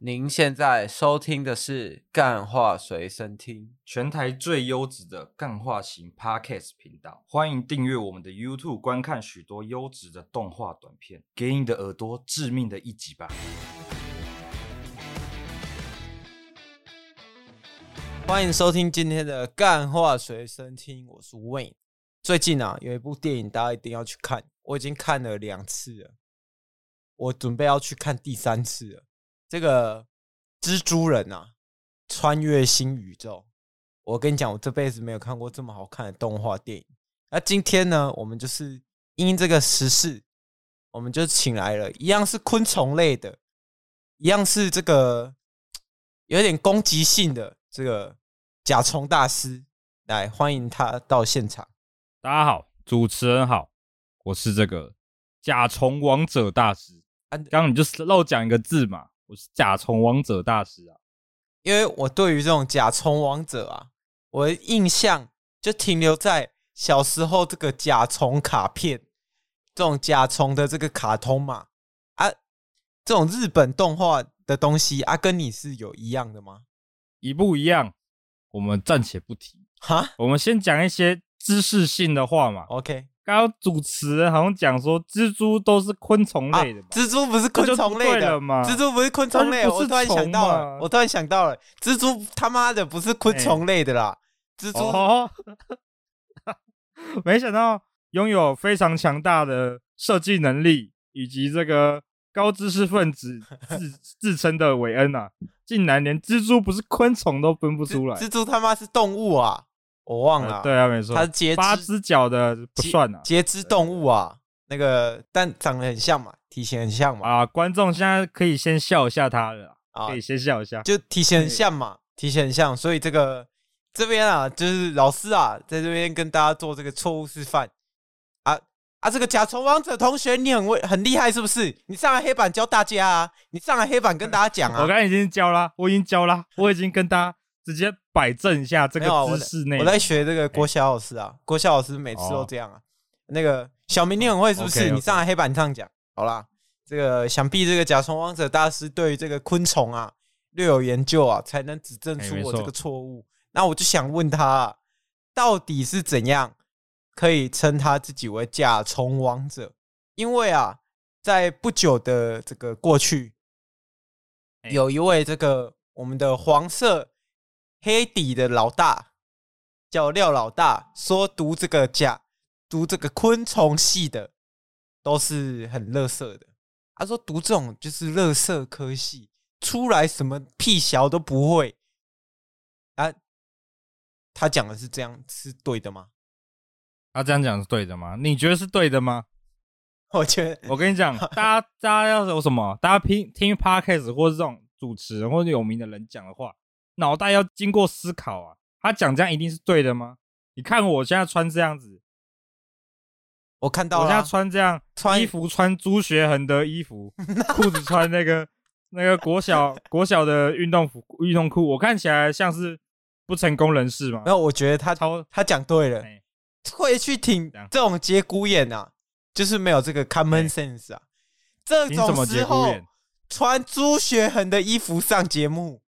您现在收听的是《干话随身听全台最优质的干化型 Podcast 频道，欢迎订阅我们的 YouTube，观看许多优质的动画短片，给你的耳朵致命的一击吧！》，欢迎收听今天的《干话随身听》，我是 Wayne。最近啊，有一部电影大家一定要去看，我已经看了两次了，我准备要去看第三次了。这个蜘蛛人啊，穿越新宇宙，我跟你讲，我这辈子没有看过这么好看的动画电影。那今天呢，我们就是因这个时事，我们就请来了一样是昆虫类的，一样是这个有点攻击性的这个甲虫大师，来欢迎他到现场。大家好，主持人好，我是这个甲虫王者大师。啊刚刚你就漏讲一个字嘛，我是甲虫王者大师啊。因为我对于这种甲虫王者啊，我的印象就停留在小时候这个甲虫卡片，这种甲虫的这个卡通嘛，啊，这种日本动画的东西啊，跟你是有一样的吗？一不一样，我们暂且不提，哈我们先讲一些知识性的话嘛。 ，OK 刚刚主持人好像讲说蜘蛛都是昆虫啊类的嘛，，蜘蛛不是昆虫这就类不对的了嘛蜘蛛不是昆虫类的，它就不我是突然想到虫了嘛，哎我突然想到了，蜘蛛他妈的不是昆虫类的啦，蜘蛛哦， 没想到拥有非常强大的设计能力以及这个高知识分子自 自称的韦恩啊，竟然连蜘蛛不是昆虫都分不出来。蜘蛛他妈是动物啊，我忘了啊啊，对啊，没错，它是节肢八只脚的不节算啊。节肢动物啊，那个但长得很像嘛，体型很像嘛，啊，观众现在可以先笑一下他了啊，啊可以，先笑一下。就体型很像嘛，体型很像，所以这个这边啊，就是老师啊，在这边跟大家做这个错误示范啊啊，这个甲虫王者同学，你很会很厉害是不是？你上来黑板教大家啊，你上来黑板跟大家讲啊，我刚才已经教啦，我已经教啦，我已经跟大家直接摆正一下这没有啊我个知识内我容。哦在学这个郭晓老师啊，郭晓老师每次都这样啊。那个小明你很会是不是？ OK，OK 你上来黑板上讲好啦。这个想必这个甲虫王者大师对于这个昆虫啊略有研究啊，才能指正出哎没我错这个错误。那我就想问他、啊，到底是怎样可以称他自己为甲虫王者？因为啊，在不久的这个过去，哎有一位这个我们的黄色黑底的老大叫廖老大，说读这个甲读这个昆虫系的都是很垃圾的。他说读这种就是垃圾科系，出来什么屁小都不会。啊，他讲的是这样是对的吗？ 他啊这样讲是对的吗？你觉得是对的吗？我觉得我跟你讲，大家大家要是有什么，大家听听 podcast 或是这种主持人或者有名的人讲的话，脑袋要经过思考啊。他讲这样一定是对的吗？你看我现在穿这样子，我看到我了现在啊，穿这样，穿衣服穿朱学恒的衣 服，裤子穿那个那个国小国小的运动服运动裤，我看起来像是不成功人士吗没？有，我觉得他超他讲对了，哎会去挺这样这种节骨眼啊，就是没有这个 common sense 啊。这凭什么种时节骨候眼？穿朱学恒的衣服上节目，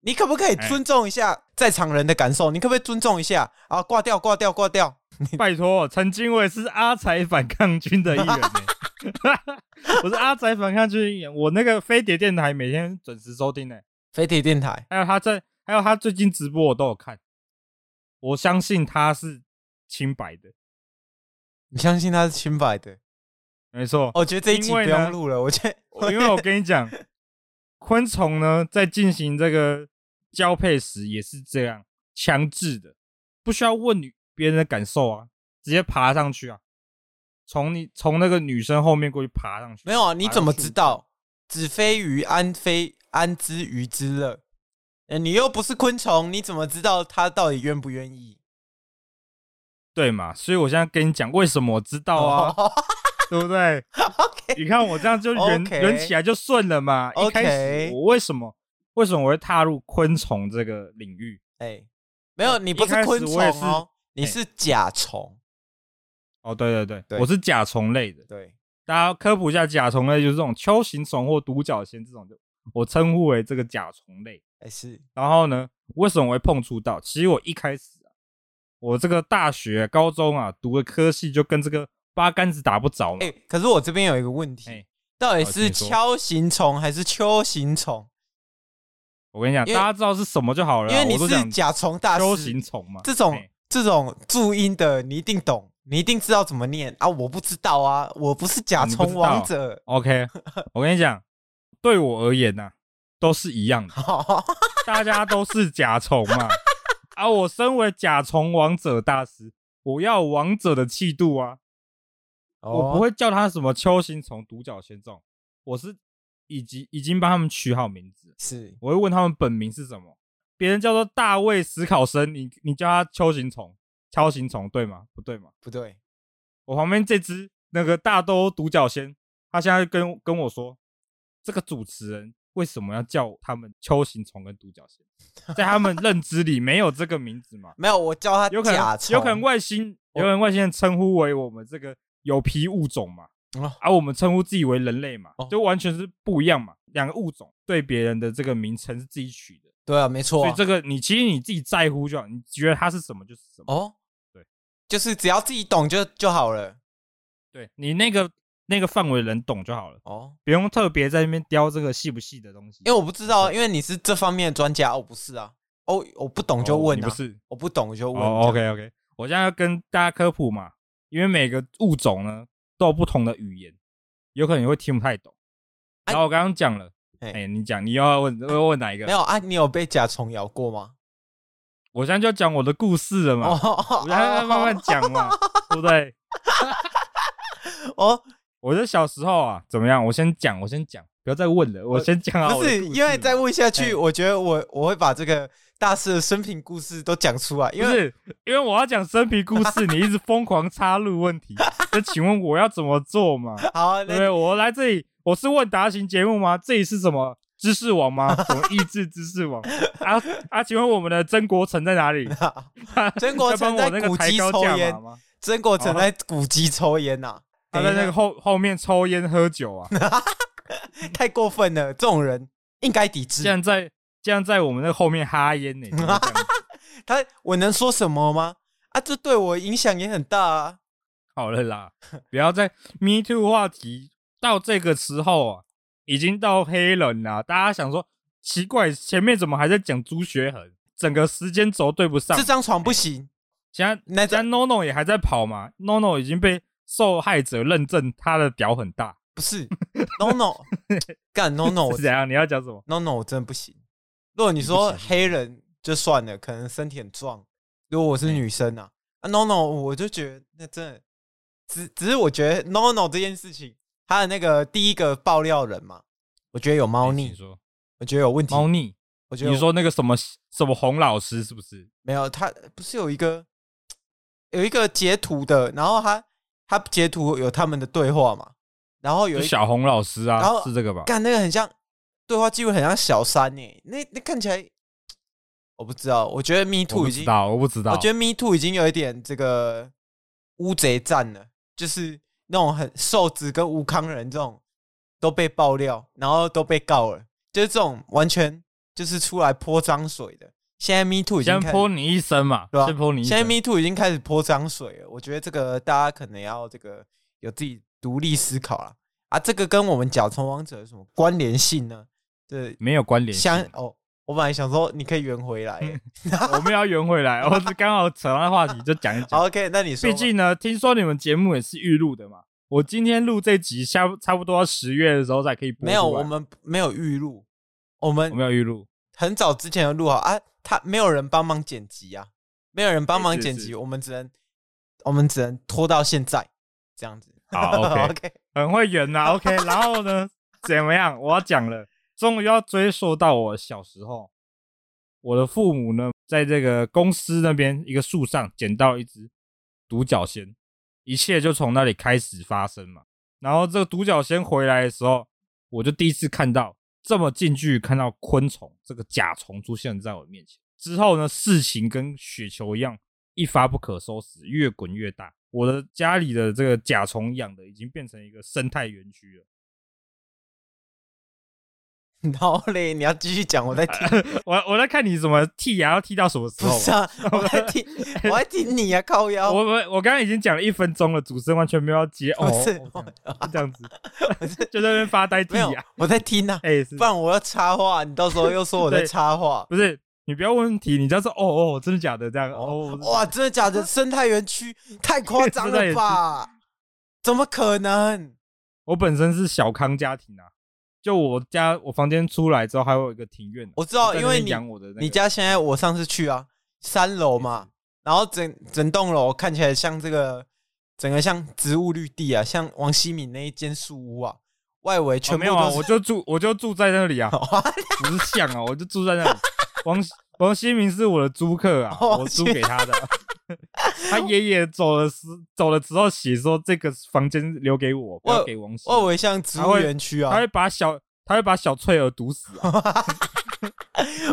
你可不可以哎尊重一下在场人的感受？你可不可以尊重一下啊？挂掉，挂掉，挂掉！拜托，哦曾经我也是阿才反抗军的一员、欸， 我是阿才反抗军的一员。我那个飞碟电台每天准时收听呢、飞碟电台还有他在，还有他最近直播我都有看。我相信他是清白的，你相信他是清白的？哦没错。我觉得这一集因不为呢用录了。我觉得，我因为我跟你讲，昆虫呢在进行这个交配时也是这样强制的，不需要问女别人的感受啊，直接爬上去啊，从你从那个女生后面过去爬上去。没有啊，你爬怎么上知树？道子非鱼安非安知鱼之乐？呃你又不是昆虫，你怎么知道它到底愿不愿意？对嘛？所以我现在跟你讲为什么我知道哦啊，对不对？ ，OK，你看我这样就圆 OK 圆起来就顺了嘛。一开 OK 始我为什么为什么我会踏入昆虫这个领域？哎、没有，你不一开是始昆虫我也是哦，你哎是甲虫。哦，对对对，对我是甲虫类的。对，大家科普一下，甲虫类就是这种球形虫或独角仙这种，就我称呼为这个甲虫类。哎、是然后呢，为什么我会碰触到？其实我一开始啊，我这个大学、高中啊读的科系就跟这个八竿子打不着嘛。哎、可是我这边有一个问题，哎到底好是请说锹形虫还是丘形虫？我跟你讲，因为大家知道是什么就好了因啦。为你我都是讲甲虫大修师行，虫嘛，这种哎这种注音的你一定懂，你一定知道怎么念啊！我不知道啊，我不是甲啊你不虫知王道 者。 OK，我跟你讲，对我而言呐、啊都是一样 的，哦大家都是甲虫嘛。啊，我身为甲虫王者大师，我要有王者的气度啊！哦我不会叫他什么秋形虫、独角仙这种，我是已经已经帮他们取好名字了，是我会问他们本名是什么。别人叫做大卫思考生，你你叫他秋形虫、锹形虫，对吗？不对吗？不对，我旁边这只那个大兜独角仙，他现在跟跟我说，这个主持人为什么要叫他们秋形虫跟独角仙？在他们认知里没有这个名字嘛？没有，我叫它有可甲能虫，有可能外星有可能外星人称呼为我们这个有皮物种嘛？哦而、啊我们称呼自己为人类嘛哦，就完全是不一样嘛。两个物种对别人的这个名称是自己取的，对啊，没错所以啊。这个你其实你自己在乎就好，你觉得它是什么就是什么。哦，对，就是只要自己懂就就好了。对你那个那个范围的人懂就好了。哦，不用特别在那边雕这个细不细的东西，因为我不知道，因为你是这方面的专家，我不是啊。哦，我不懂就问哦你啊，不是？我不懂就问。哦，OK OK，我现在要跟大家科普嘛，因为每个物种呢都有不同的语言，有可能你会听不太懂。哎然后我刚刚讲了，哎哎，你讲你又要问要问哪一个？没，有啊？你有被甲虫咬过吗？我现在就要讲我的故事了嘛，哦我现在要慢慢讲 嘛，对不对？哦，我就小时候啊，怎么样？我先讲，我先讲，不要再问了，我先讲好呃不我的是，故事因为再问下去，哎我觉得我我会把这个大师的生平故事都讲出来，因不为是，因为我要讲生平故事，你一直疯狂插入问题，那请问我要怎么 做嘛？好啊，对，那我来这里，我是问答型节目吗？这里是什么知识网吗？什么益智知识网？啊啊，请问我们的曾国成在 哪里？曾国成在在古籍抽烟吗？曾国啊成在古籍抽烟啊呐，他在那等一下个后后面抽烟喝 酒啊，太过分了，这种人应该抵竟制。然在竟然在我们那后面哈烟呢、怎么这样子他我能说什么吗？啊，这对我影响也很大啊。好了啦，不要再 Me Too 话题到这个时候啊，已经到黑人啦，大家想说奇怪，前面怎么还在讲朱学恒？整个时间轴对不上这，张床不行，现在那那张家 NONO 也还在跑嘛，NONO 已经被受害者认证他的屌很大，不是，no no，干 no 哦 no，我是怎样？你要讲什么？ no no，我真的不行。如果你说啊黑人就算了，可能身体很壮。如果我嗯是女生啊，啊 no no，我就觉得那真的，只只是我觉得 no no 这件事情，他的那个第一个爆料人嘛，我觉得有猫哎腻请，说我觉得有问题。猫腻，我觉得有你说那个什么什么洪老师是不是？没有？他不是有一个有一个截图的，然后他他截图有他们的对话嘛，然后有就一个小洪老师然啊后，是这个吧？干那个很像对话记录，很像小三呢、欸那那看起来，我不知道。我觉得 Me 我 Too 不已知经，道，我不知道。我觉得 Me Too 已经有一点这个乌贼战了，就是那种很瘦子跟吴康人这种都被爆料，然后都被告了，就是这种完全就是出来泼脏水的。现在 Me Too 已经先开始泼你一身嘛，对吧、先泼你一现在身。 Me Too 已经开始泼脏水了，我觉得这个大家可能要这个有自己独立思考啦。啊，这个跟我们甲虫王者有什么关联性呢？这没有关联性，相哦，我本来想说你可以圆回来 耶。我们要圆回 来。我只刚好扯到话题，就讲一讲。好，OK，那你说吧，毕竟呢，听说你们节目也是预录的嘛。我今天录这集，下差不多要十月的时候才可以播出来。没有我们没有预录，我我们们要预录，很早之前就录好啊，他没有人帮忙剪辑啊，没有人帮忙是剪是辑，我们只能我们只能拖到现在这样子。好，OK OK，啊很会圆呐、OK，然后呢，怎么样？我要讲了，终于要追溯到我小时候，我的父母呢，在这个公司那边一个树上捡到一只独角仙，一切就从那里开始发生嘛。然后这个独角仙回来的时候，我就第一次看到这么近距离看到昆虫这个甲虫出现在我面前。之后呢，事情跟雪球一样，一发不可收拾，越滚越大。我的家里的这个甲虫养的已经变成一个生态园区了。然后嘞，你要继续讲， 我在哎听，我我在看你怎么剔牙要剔到什么时不候是嘛。啊， 我在 听，我在听你啊，靠腰，我我我刚刚已经讲了一分钟了，主持人完全没有要接哦，不是哦哦这 样子，就在那边发呆没剔有牙。，我在听啊，哎、是不然我要插话，你到时候又说我在对插 话。不是？你不要问问题，你只要说哦哦，真的假的这样哦。哇，真的假的？生态园区太夸张了 吧？怎么可能？我本身是小康家庭啊，就我家我房间出来之后还有一个庭院啊、我知道在那因为边你养我的、那个你家现在我上次去啊，三楼嘛，然后整整栋楼看起来像这个，整个像植物绿地啊，像王希敏那一间树屋啊，外围哦全部没有啊，都我是。就住 我就住在那 里啊，不是像啊，我就住在那里。王王新明是我的租 客啊， 哦我租给他的。他爷爷走了时走了之后写说这个房间留给我，不要给王新。外围像植物园区他啊，会把小他会把小翠儿毒死 啊，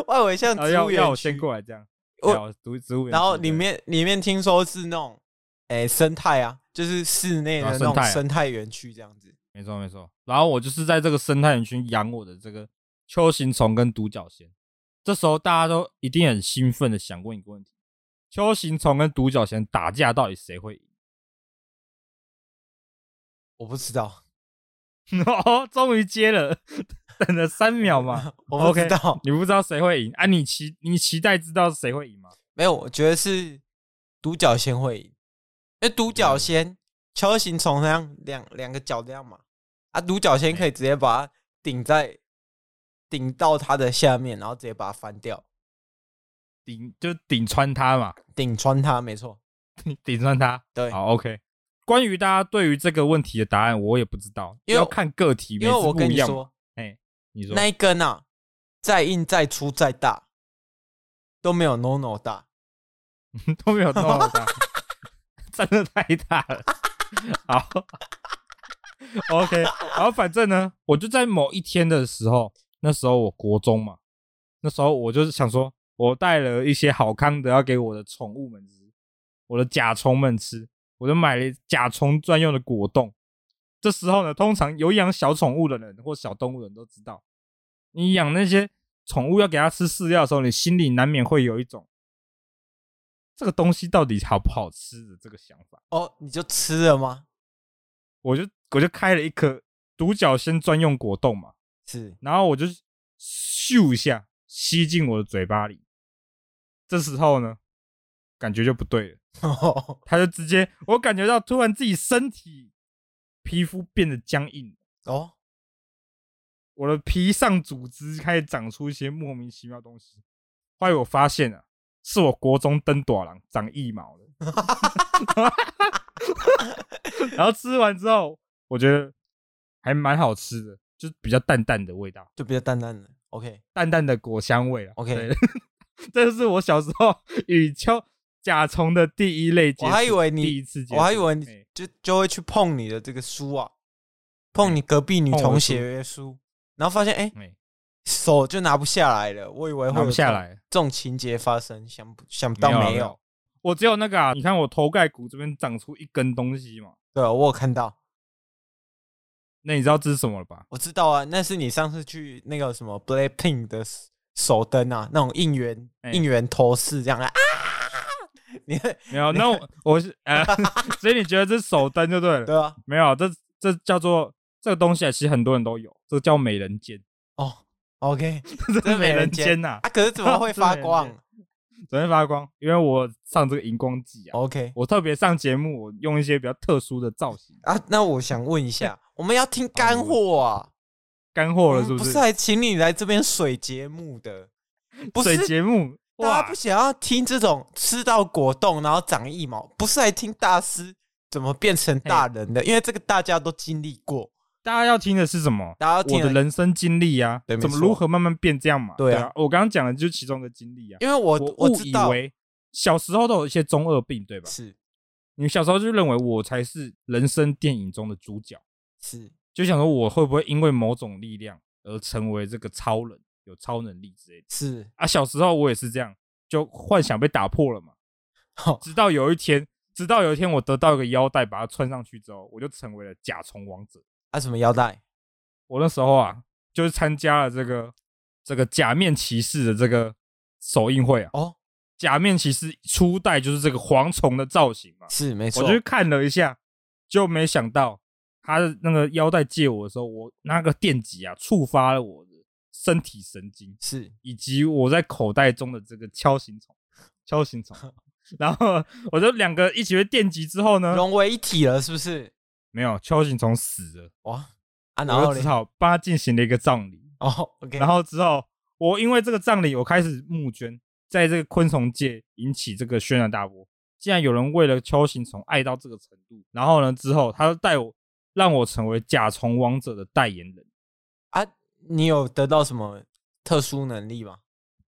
外围像然后植物啊要要园我先区，过来这样，我要毒植物园区的。然后里面里面听说是那种，哎，生态啊，就是室内的啊那生种态啊生态园区这样子。没错没错。然后我就是在这个生态园区养我的这个秋形虫跟独角仙。这时候大家都一定很兴奋的想问一个问题：秋形虫跟独角仙打架到底谁会赢？ 我不知 道，哦，终于接了，等了三 秒嘛。我不知 OK 道你不知道谁会赢啊？你期你期待知道谁会赢吗？没有，我觉得是独角仙会赢，因为独角仙球形虫那样两两个角这样嘛，啊，独角仙可以直接把它顶在顶到它的下面，然后直接把它翻掉，顶就顶穿 它嘛，顶穿它，没错，顶穿它。对好 OK。关于大家对于这个问题的答案，我也不知道，因为要看个体，因为我跟你每次不一样嘛，说，你说那一根啊，再硬再粗再大都没有 NONO 大，都没有那么大，真的太大了。好，OK，然后反正呢，我就在某一天的时候，那时候我国中嘛，那时候我就是想说，我带了一些好康的要给我的宠物们吃，我的甲虫们吃，我就买了甲虫专用的果冻。这时候呢，通常有养小宠物的人或小动物的人都知道，你养那些宠物要给它吃饲料的时候，你心里难免会有一种这个东西到底好不好吃的这个想法，哦，你就吃了吗？我就我就开了一颗独角仙专用果冻嘛，是，然后我就咻一下吸进我的嘴巴里。这时候呢，感觉就不对了，哦它就直接我感觉到突然自己身体皮肤变得僵硬，哦，我的皮上组织开始长出一些莫名其妙的东西。后来我发现啊，是我国中登短郎长腋毛了。 然后吃完之后，我觉得还蛮好吃的，就是比较淡淡的味道，就比较淡淡的，OK，淡淡的果香味啊。 OK 对 这就是我小时候与秋甲虫的第一类接触。我还以为你第一次接触，我还以为哎你就就会去碰你的这个书啊，碰你隔壁女碰我同的学的书，然后发现哎、诶哎手就拿不下来了。我以为会拿有不下来，这种情节发生，想不想不到啊没有有啊？我只有那个啊，你看我头盖骨这边长出一根东西嘛，对，啊我有看到，那你知道这是什么了吧？我知道啊，那是你上次去那个什么 Blackpink 的手手灯啊，那种应援哎应援头饰这样啊。 啊你没有，那我我是呃， 所以你觉得这是手灯就对了？哎对啊，没有，这这叫做这个东西啊，其实很多人都有，这叫美人尖，哦，OK，这这是美人尖尖呐、啊， 可是怎么会发 这美人光尖昨天发光，因为我上这个荧光剂啊， ？OK 我特别上节目，我用一些比较特殊的造型，啊，那我想问一下， 我们要听干你货啊？干货了我 是们不不是？是来请你来这边水节目 的，不水是节目啊大家哇不，想要听这种吃到果冻然后长腋毛，不是来听大师怎么变成大人的，因为这个大家都经历过，大家要听的是什么？大家要听我的人生经历啊对，没怎么错如何慢慢变这样嘛？对啊啊，我刚刚讲的就是其中一个经历啊。因为我我误知以道为小时候都有一些中二病，对吧？是你小时候就认为我才是人生电影中的主角，是就想说我会不会因为某种力量而成为这个超人，有超能力之类的是， 啊？小时候我也是这样，就幻想被打破了嘛。好直到有一天，直到有一天我得到一个腰带，把它穿上去之后，我就成为了甲虫王者。啊什么腰带？我那时候啊，就是参加了这个这个假面骑士的这个首映会啊。哦，假面骑士初代就是这个蝗虫的造型嘛，是没错我，去看了一下，就没想到他的那个腰带借我的时候，我那个电极啊，触发了我的身体神经，是以及我在口袋中的这个锹形虫，锹 形虫。然后我就两个一起被电击之后呢，融为一体了，是不是？没有锹形虫死了，哇啊，然我后就只嘞好帮他进行了一个葬礼。哦，OK，然后之后，我因为这个葬礼，我开始募捐，在这个昆虫界引起这个轩然大波。竟然有人为了秋行虫爱到这个程度，然后呢，之后他就带我，让我成为甲虫王者的代言人。啊，你有得到什么特殊能力吗？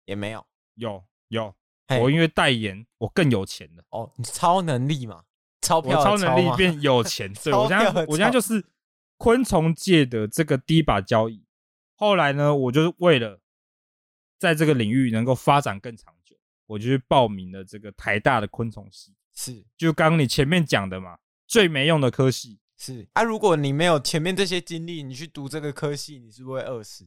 也没有。有有，嘿我因为代言，我更有钱了，哦，你超能力嘛，钞我票的超能力嘛变有 钱。对钞我现在票的，我现在钞就是昆虫界的这个第一把交椅。后来呢，我就是为了在这个领域能够发展更长久，我就去报名了这个台大的昆虫系。是就刚刚你前面讲的嘛，最没用的科系，是啊。如果你没有前面这些经历，你去读这个科系，你是不是会饿死？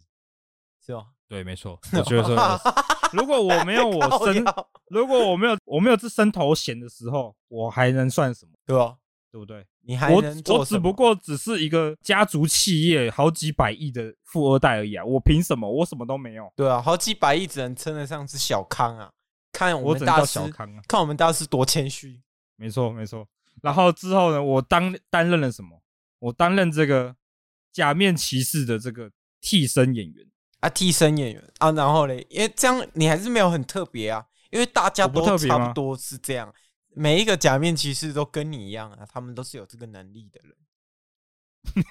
是哦吧？对，没错，我觉得 是饿死。如果我没有我身，靠腰如果我没有我没有这身头衔的时候，我还能算什么？对吧？对不对？你还能我做我只什不么过只是一个家族企业好几百亿的富二代而已啊！我凭什么？我什么都没有，对啊，好几百亿只能称得上是小康啊。看我只们能大叫师小，康啊！看我们大师多谦虚。没错，没错。然后之后呢，我当担任了什么？我担任这个假面骑士的这个替身演员。啊，替身演员啊，然后嘞，因为这样你还是没有很特别啊，因为大家我不都特别差不吗多是这样，每一个假面骑士都跟你一样啊，他们都是有这个能力的人。嗯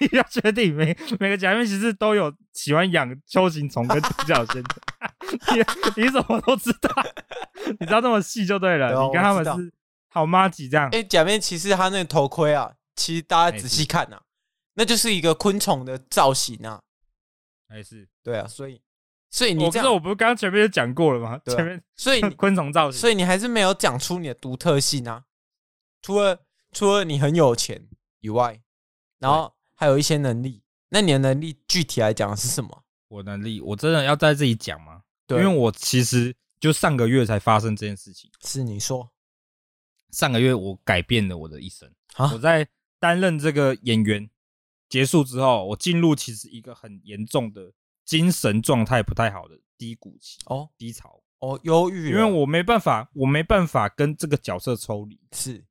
要确定每每个假面骑士都有喜欢养秋行虫跟独角仙的，你你怎么都知道？你知道那么细就对了， 对啊你跟他我知道们是好妈几这样。哎、假面骑士他那个头盔啊，其实大家哎仔是细看啊，那就是一个昆虫的造型啊，还是对啊，所以所以你我这不是我样，不是刚刚前面就讲过了吗？对啊前面所 以你昆虫造型，所以你还是没有讲出你的独特性啊，除了除了你很有钱以外，然后还有一些能力，那你的能力具体来讲是什么？我能力，我真的要在这里讲吗？因对为我其实就上个月才发生这件事情。是你说上个月我改变了我的一生。啊我在担任这个演员结束之后，我进入其实一个很严重的精神状态不太好的低谷期、哦低潮，哦，忧郁因了，为我没办法，我没办法跟这个角色抽离，是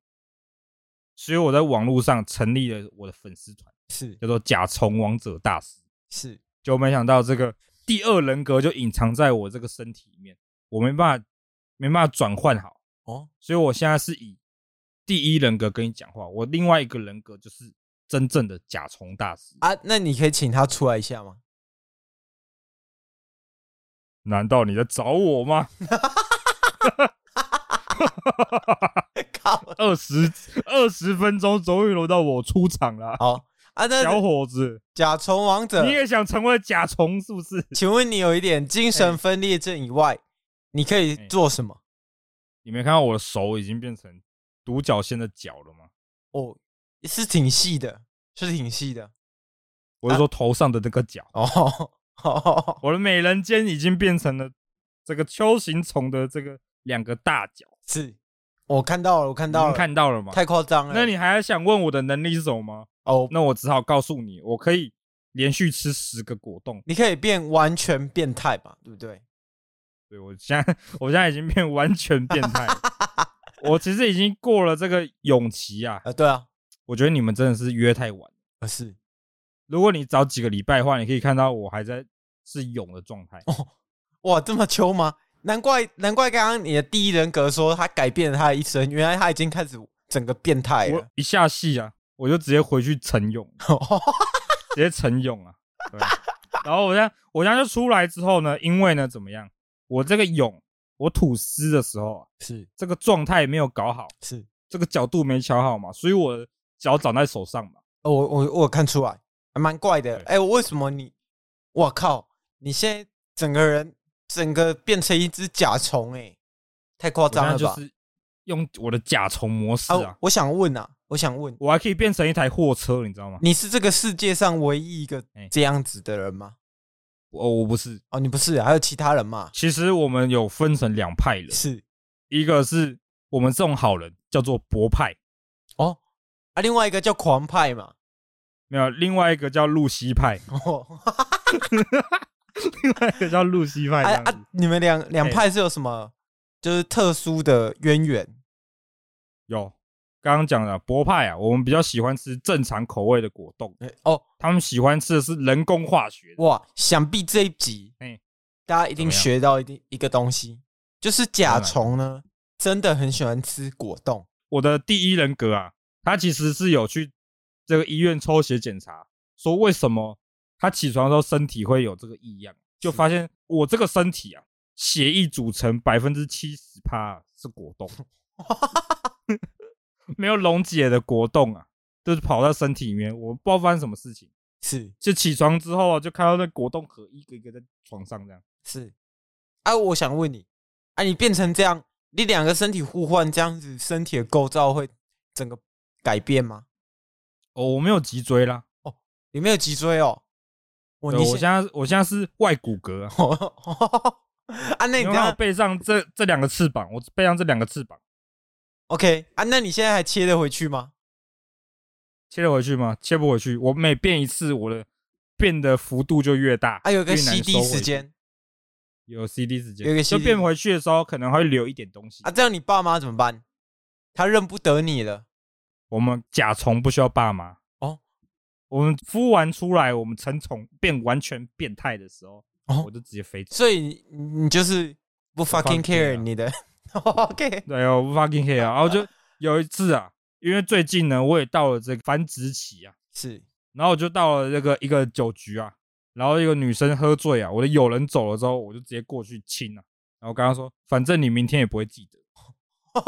所以我在网络上成立了我的粉丝团，是叫做“甲虫王者大师是”。就没想到这个第二人格就隐藏在我这个身体里面，我没办法，没办法转换好。哦，所以我现在是以第一人格跟你讲话，我另外一个人格就是真正的甲虫大师。啊，那你可以请他出来一 下吗？难道你在找我吗？ 靠，二十二十分钟，终于轮到我出场了，好啊，那小伙子，甲虫王者，你也想成为甲虫是不是？请问你有一点精哎神分裂症以外，你可以做什么？你没看到我的手已经变成独角仙的脚了吗？哦，是挺细的，是挺细的我是说头上的那个角，哦。 哦，我的美人尖已经变成了这个秋行虫的这个两个大角，是我看到了，我看你到们了，看到了吗？太夸张了。那你还想问我的能力是什么吗？哦，那我只好告诉你，我可以连续吃十个果冻。你可以变完全变态吧，对不对？对我现在， 我现在已经变完全变 态了。我其实已经过了这个泳期啊，啊，对啊，我觉得你们真的是约太晚。啊是如果你早几个礼拜的话，你可以看到我还在是泳的状态。哇，这么秋吗？难怪难怪刚刚你的第一人格说他改变了他的一生，原来他已经开始整个变态我了。 一下戏啊，我就直接回去晨泳。直接沉泳啊。对， 然后我这样，我这样就出来之后呢，因为呢怎么样，我这个泳，我吐丝的时候啊，是这个状态没有搞好，是，这个角度没调好嘛，所以我脚长在手上嘛。哦我我我有看出来，还蛮怪的。对哎、为什么你？我靠！你现在整个人整个变成一只甲虫，哎，太夸我这张样了就吧？是用我的甲虫模式啊啊，，我想问啊，我想问，我还可以变成一台货车，你知道吗？你是这个世界上唯一一个哎这样子的人吗？我我不是，哦，你不是啊，还有其他人嘛？其实我们有分成两派人，是一个是我们这种好人叫做博派，哦，啊，另外一个叫狂派嘛。 没有，另外一个叫露西派，哦，另外一个叫露西派这哎样子。啊，你们两两哎派是有什么就是特殊的渊源？有刚刚讲的博派啊，我们比较喜欢吃正常口味的果冻，哎哦，他们喜欢吃的是人工化学的。哇，想必这一集，哎大家一定怎么样学到一定一个东西，就是甲虫呢，真的很喜欢吃果冻。我的第一人格啊，他其实是有去这个医院抽血检查，说为什么他起床的时候身体会有这个异样，就发现我这个身体啊，血液组成百分之七十趴是果冻，没有溶解的果冻啊，就是跑到身体里面，我不知道发生什么事情。是就起床之后啊，就看到那果冻壳一个一个在床上这样。是，啊，我想问你，啊，你变成这样，你两个身体互换，这样子身体的构造会整个改变吗？哦，我没有脊椎啦，你没有脊椎哦，我对你我现在我现在是外骨骼啊， 啊， 那你因刚为我刚背上这这两个翅膀，我背上这两个翅膀 OK 啊？那你现在还切得回去吗？切得回去吗？切不回去，我每变一次，我的变的幅度就越大，啊，有个越难 CD 收回去时，间有 CD 时间，有一个就 CD 变回去的时候可能会留一点东西啊，。这样你爸妈怎么办？他认不得你了。我们甲虫不需要爸妈哦，我们孵完出来，我们成虫变完全变态的时候，哦我就直接飞走。所以你你就是不 fucking fucking care care 啊你的 OK 对，我不 fucking care 啊。然后就有一次啊，因为最近呢，我也到了这个繁殖期啊，是 然后我就到了这个一个酒局啊，然后一个女生喝醉啊，我的友人走了之后，我就直接过去亲啊，然后跟她说，反正你明天也不会记得。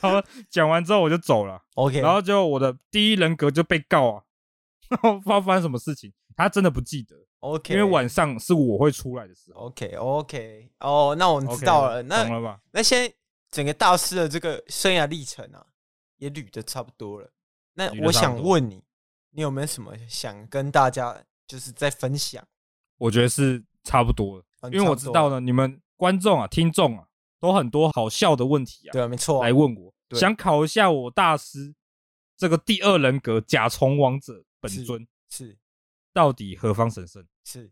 然后讲完之后我就走了， OK，然后就我的第一人格就被告啊， 然后不知道发生什么事情，她真的不记得， OK，因为晚上是我会出来的时候。 OK OK 哦，那我们 OK，知道了。懂那了吧？那现在整个大师的这个生涯历程啊，也捋的差不多了。那捋得我差不想多问你，你有没有什么想跟大家就是在分享？我觉得是差不多了，啊你因为我差知不多道呢，你们观众啊、听众啊，都很多好笑的问题啊，对啊，没错啊来，问我，对想考一下我大师这个第二人格甲虫王者本尊是到底何方神圣？是。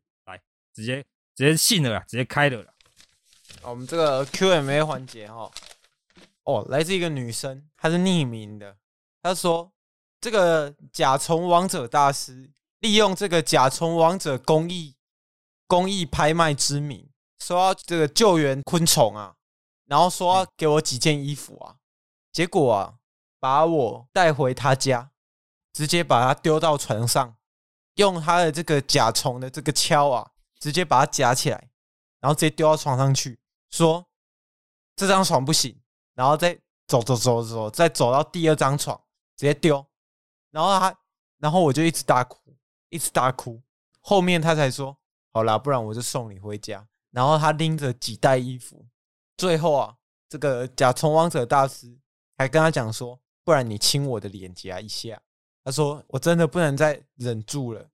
直接直接信了啦，直接开了啦。好我们这个 Q&A 环节哈，哦，来自一个女生，她是匿名的，她说这个甲虫王者大师利用这个甲虫王者公益公益拍卖之名，说要这个救援昆虫啊，然后说要给我几件衣服啊，结果啊，把我带回他家，直接把他丢到床上，用他的这个甲虫的这个锹啊，直接把它夹起来。然后直接丢到床上去，说这张床不行，然后再走走走走，再走到第二张床，直接丢。然后他，然后我就一直大哭，一直大哭。后面他才说：“好啦，不然我就送你回家。”然后他拎着几袋衣服，最后啊，这个甲虫王者大师还跟他讲说：“不然你亲我的脸颊一下。”他说：“我真的不能再忍住了，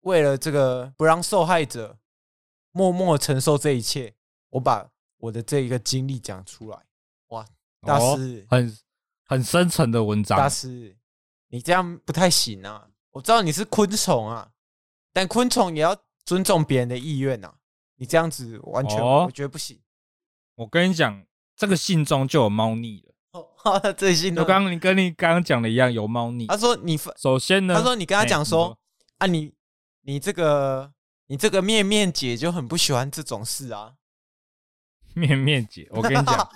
为了这个不让受害者默默承受这一切，我把我的这一个经历讲出来。”哇，大师、哦很很深沉的文章大，师，你这样不太行啊！我知道你是昆虫啊，但昆虫也要尊重别人的意愿啊。你这样子完全，哦我觉得不行。我跟你讲，这个信中就有猫腻了，哦， 最新就的，刚刚你跟你刚刚讲的一样，有猫腻他。说你分首先呢，他说你跟他哎讲说你啊，你你这个你这个面面姐就很不喜欢这种事啊。 面面姐，我跟你 讲，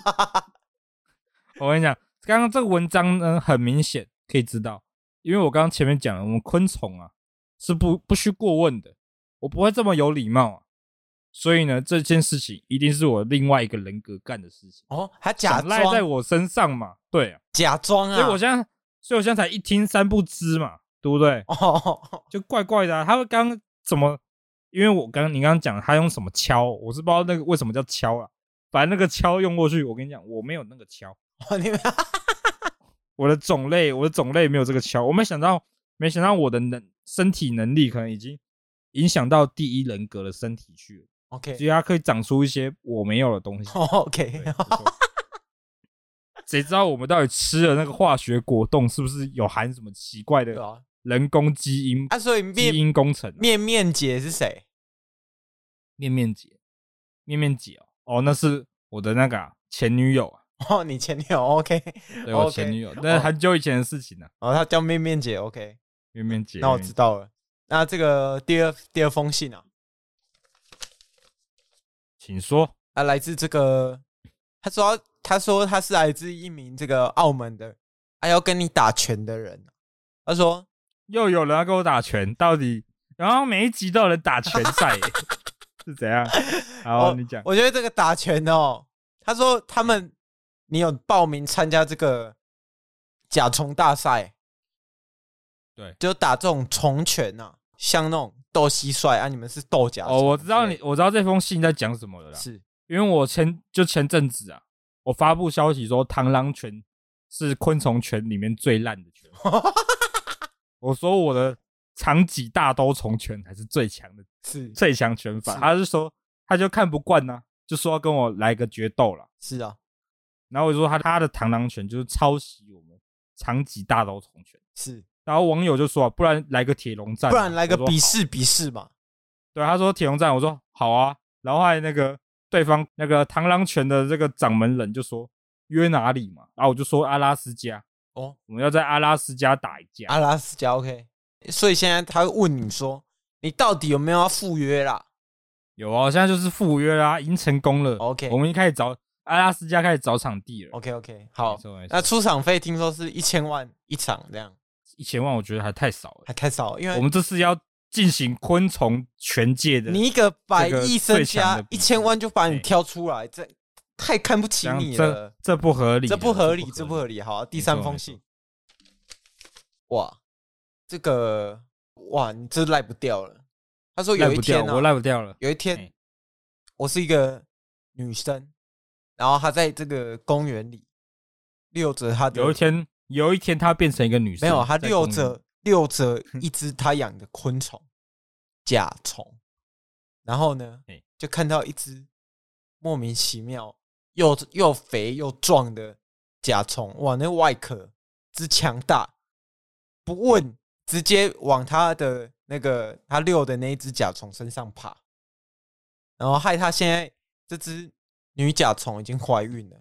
我跟你讲，刚刚这个文章呢，很明显可以知道，因为我刚刚前面讲了，我们昆虫啊，是不不需过问的，我不会这么有礼貌啊。所以呢，这件事情一定是我另外一个人格干的事情，哦，还假想赖在装，我身上嘛，对啊，假装啊！所以我现在，所以我现在才一听三不知嘛，对不对？哦，就怪怪的、啊。他刚怎么？因为我刚你刚刚讲他用什么敲，我是不知道那个为什么叫敲啊。反正那个敲用过去，我跟你讲，我没有那个敲，哦 你们我的种类，我的种类没有这个敲。我没想到，没想到我的能身体能力可能已经影响到第一人格的身体去了，所 OK 以它可以长出一些我没有的东西。哦对 OK，没错谁知道我们到底吃了那个化学果冻，是不是有含什么奇怪对的啊，人工基因啊，所以基面因工程啊、面面姐是谁？面面姐，面面姐哦，哦，那是我的那个啊、前女友啊，哦，你前女友 OK，对我前女友，那哦很久以前的事情了、啊。哦，她叫面面姐 OK，面面姐，那我面面知道了。那这个第二第二封信啊，姐，请说。啊，来自这个，他说他他说他是来自一名这个澳门的，啊，要跟你打拳的人。啊他说又有人要跟我打拳，到底？然后每一集都有人打拳赛耶， 是怎样？好，哦你讲。我觉得这个打拳哦，他说他们你有报名参加这个甲虫大赛，对就打这种虫拳啊，像那种斗蟋蟀啊，你们是斗甲虫哦，我知道你，我知道这封信在讲什么了啦。是因为我前就前阵子啊，我发布消息说螳螂拳是昆虫拳里面最烂的 拳。我说我的长戟大兜虫拳还是最强的是最强拳法，是他就说他就看不惯呐、就说要跟我来个决斗了。是啊然后我就说他他的螳螂拳就是抄袭我们长戟大刀虫拳。是，然后网友就说、啊，不然来个铁笼战啊、不然来个我说比好试比试嘛，对，他说铁笼战，我说好啊。然后后来那个对方那个螳螂拳的这个掌门人就说约哪里嘛，然后我就说阿拉斯加，哦，我们要在阿拉斯加打一架。阿拉斯加 OK。所以现在他会问你说，你到底有没有要赴约啦？有啊，现在就是赴约啦，已经成功了。 OK 我们一开始找阿拉斯加开始找场地了。 OK OK，好没，错没错那出场费听说是一千万一场，这样一千万我觉得还太少了。还太少，因我为们这次要进行昆虫全界的，你一个百这个亿身最强家的比一赛千万就把你对挑出来，这太看不起这样你这了，这不合理的，这不合理，这不合理。好，啊第三没错封没信错，哇，这个哇，你这赖不掉了。他说有赖一不掉，天啊我赖不掉了。有一天哎，我是一个女生，然后她在这个公园里遛着她的，有一天，有一天他变成一个女生，没有，她在遛公园着遛着一只她养的昆虫甲虫，然后呢嘿，就看到一只莫名其妙又又肥又壮的甲虫，哇，那外壳之强大，不问，直接往他的那个他遛的那一只甲虫身上爬，然后害他现在这只女甲虫已经怀孕了，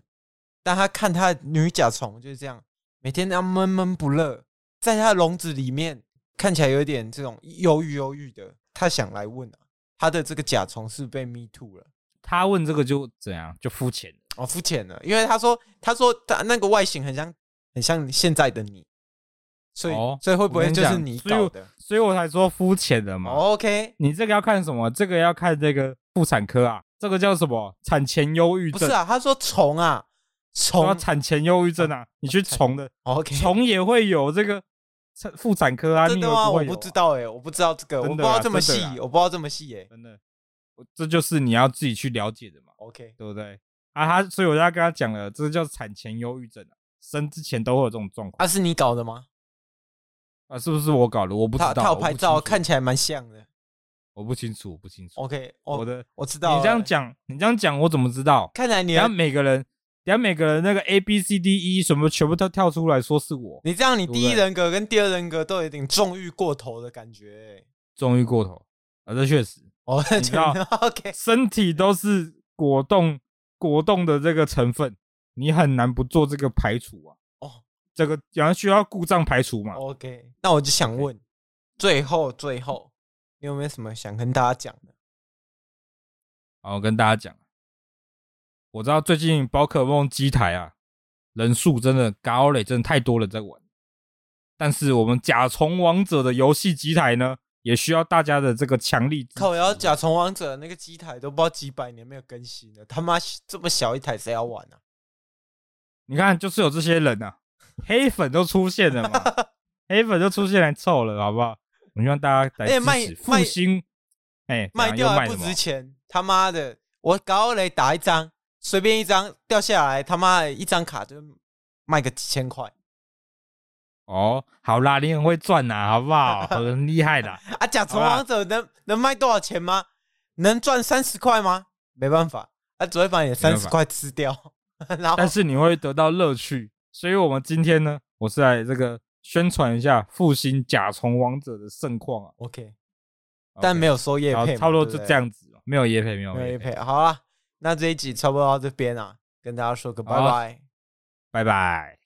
但他看他的女甲虫就是这样，每天这样闷闷不乐，在他的笼子里面看起来有点这种忧郁忧郁的，他想来问啊，他的这个甲虫是被 me too 了。他问这个就怎样，就肤浅了。哦，肤浅了，因为他说，他说他那个外形很像，很像现在的你，所以、哦所以会会不会就是你搞的？所以我才说肤浅的嘛。哦、？OK，你这个要看什么？这个要看这个妇产科啊，这个叫什么？产前忧郁不症。是啊，他说虫啊，说虫到产前忧郁症啊，你去产虫的，哦 OK，虫也会有这个产妇产科啊。真你以的为吗？不我会不有啊知，道哎、我不知道这个，我真不知的道啦这么真细的啊啦，我不知道这么细哎、真的，我这就是你要自己去了解的嘛， OK， 对不对？啊，他，所以我就要跟他讲了，这个叫产前忧郁症啊，生之前都会有这种状况啊，是你搞的吗？啊，是不是我搞的？我不知他道，他有我不拍清照，啊楚看起来蛮像的。我不清楚，我不清楚。 OK，我我的，哦我知道了。你这样讲，你这样讲，我怎么知道？看来你等的下每个人，等下每个人那个 A B C D E 什么全部都跳出来说是我你这样，你对第不一对人格跟第二人格都有点纵欲过头的感觉、欸。纵欲过头啊，这确实，哦，你知道 OK， 身体都是果冻果冻的这个成分，你很难不做这个排除啊。哦，这个然后需要故障排除嘛？ OK，那我就想问最后最后，你有没有什么想跟大家讲的？好，我跟大家讲，我知道最近宝可梦机台啊，人数真的高嘞，真的太多人在玩。但是我们甲虫王者的游戏机台呢，也需要大家的这个强力支持。靠！然后甲虫王者那个机台都不知道几百年没有更新了，他妈这么小一台谁要玩啊？你看，就是有这些人啊，黑粉都出现了嘛，黑粉都出现来凑了，好不好？我们希望大家来哎支卖持卖复兴，哎，卖怎掉样又还卖不什么值钱，他妈的！我高雷打一张，随便一张掉下来，他妈的一张卡就卖个几千块哦。好啦，你很会赚呐，好 不好？很厉害的，啊！甲虫好啦王者能能卖多少钱吗？能赚三十块吗？没办法，啊，只会把你的三办十法块吃掉。 然后但是你会得到乐趣。所以我们今天呢，我是来这个宣传一下复兴甲虫王者的盛况啊， OK，但没有有收叶配嘛，差不多对就对这样子，没有叶配，没有没有叶业配配。，好啊，那这一集差不多到这边啊，跟大家说个拜好啊拜。拜拜。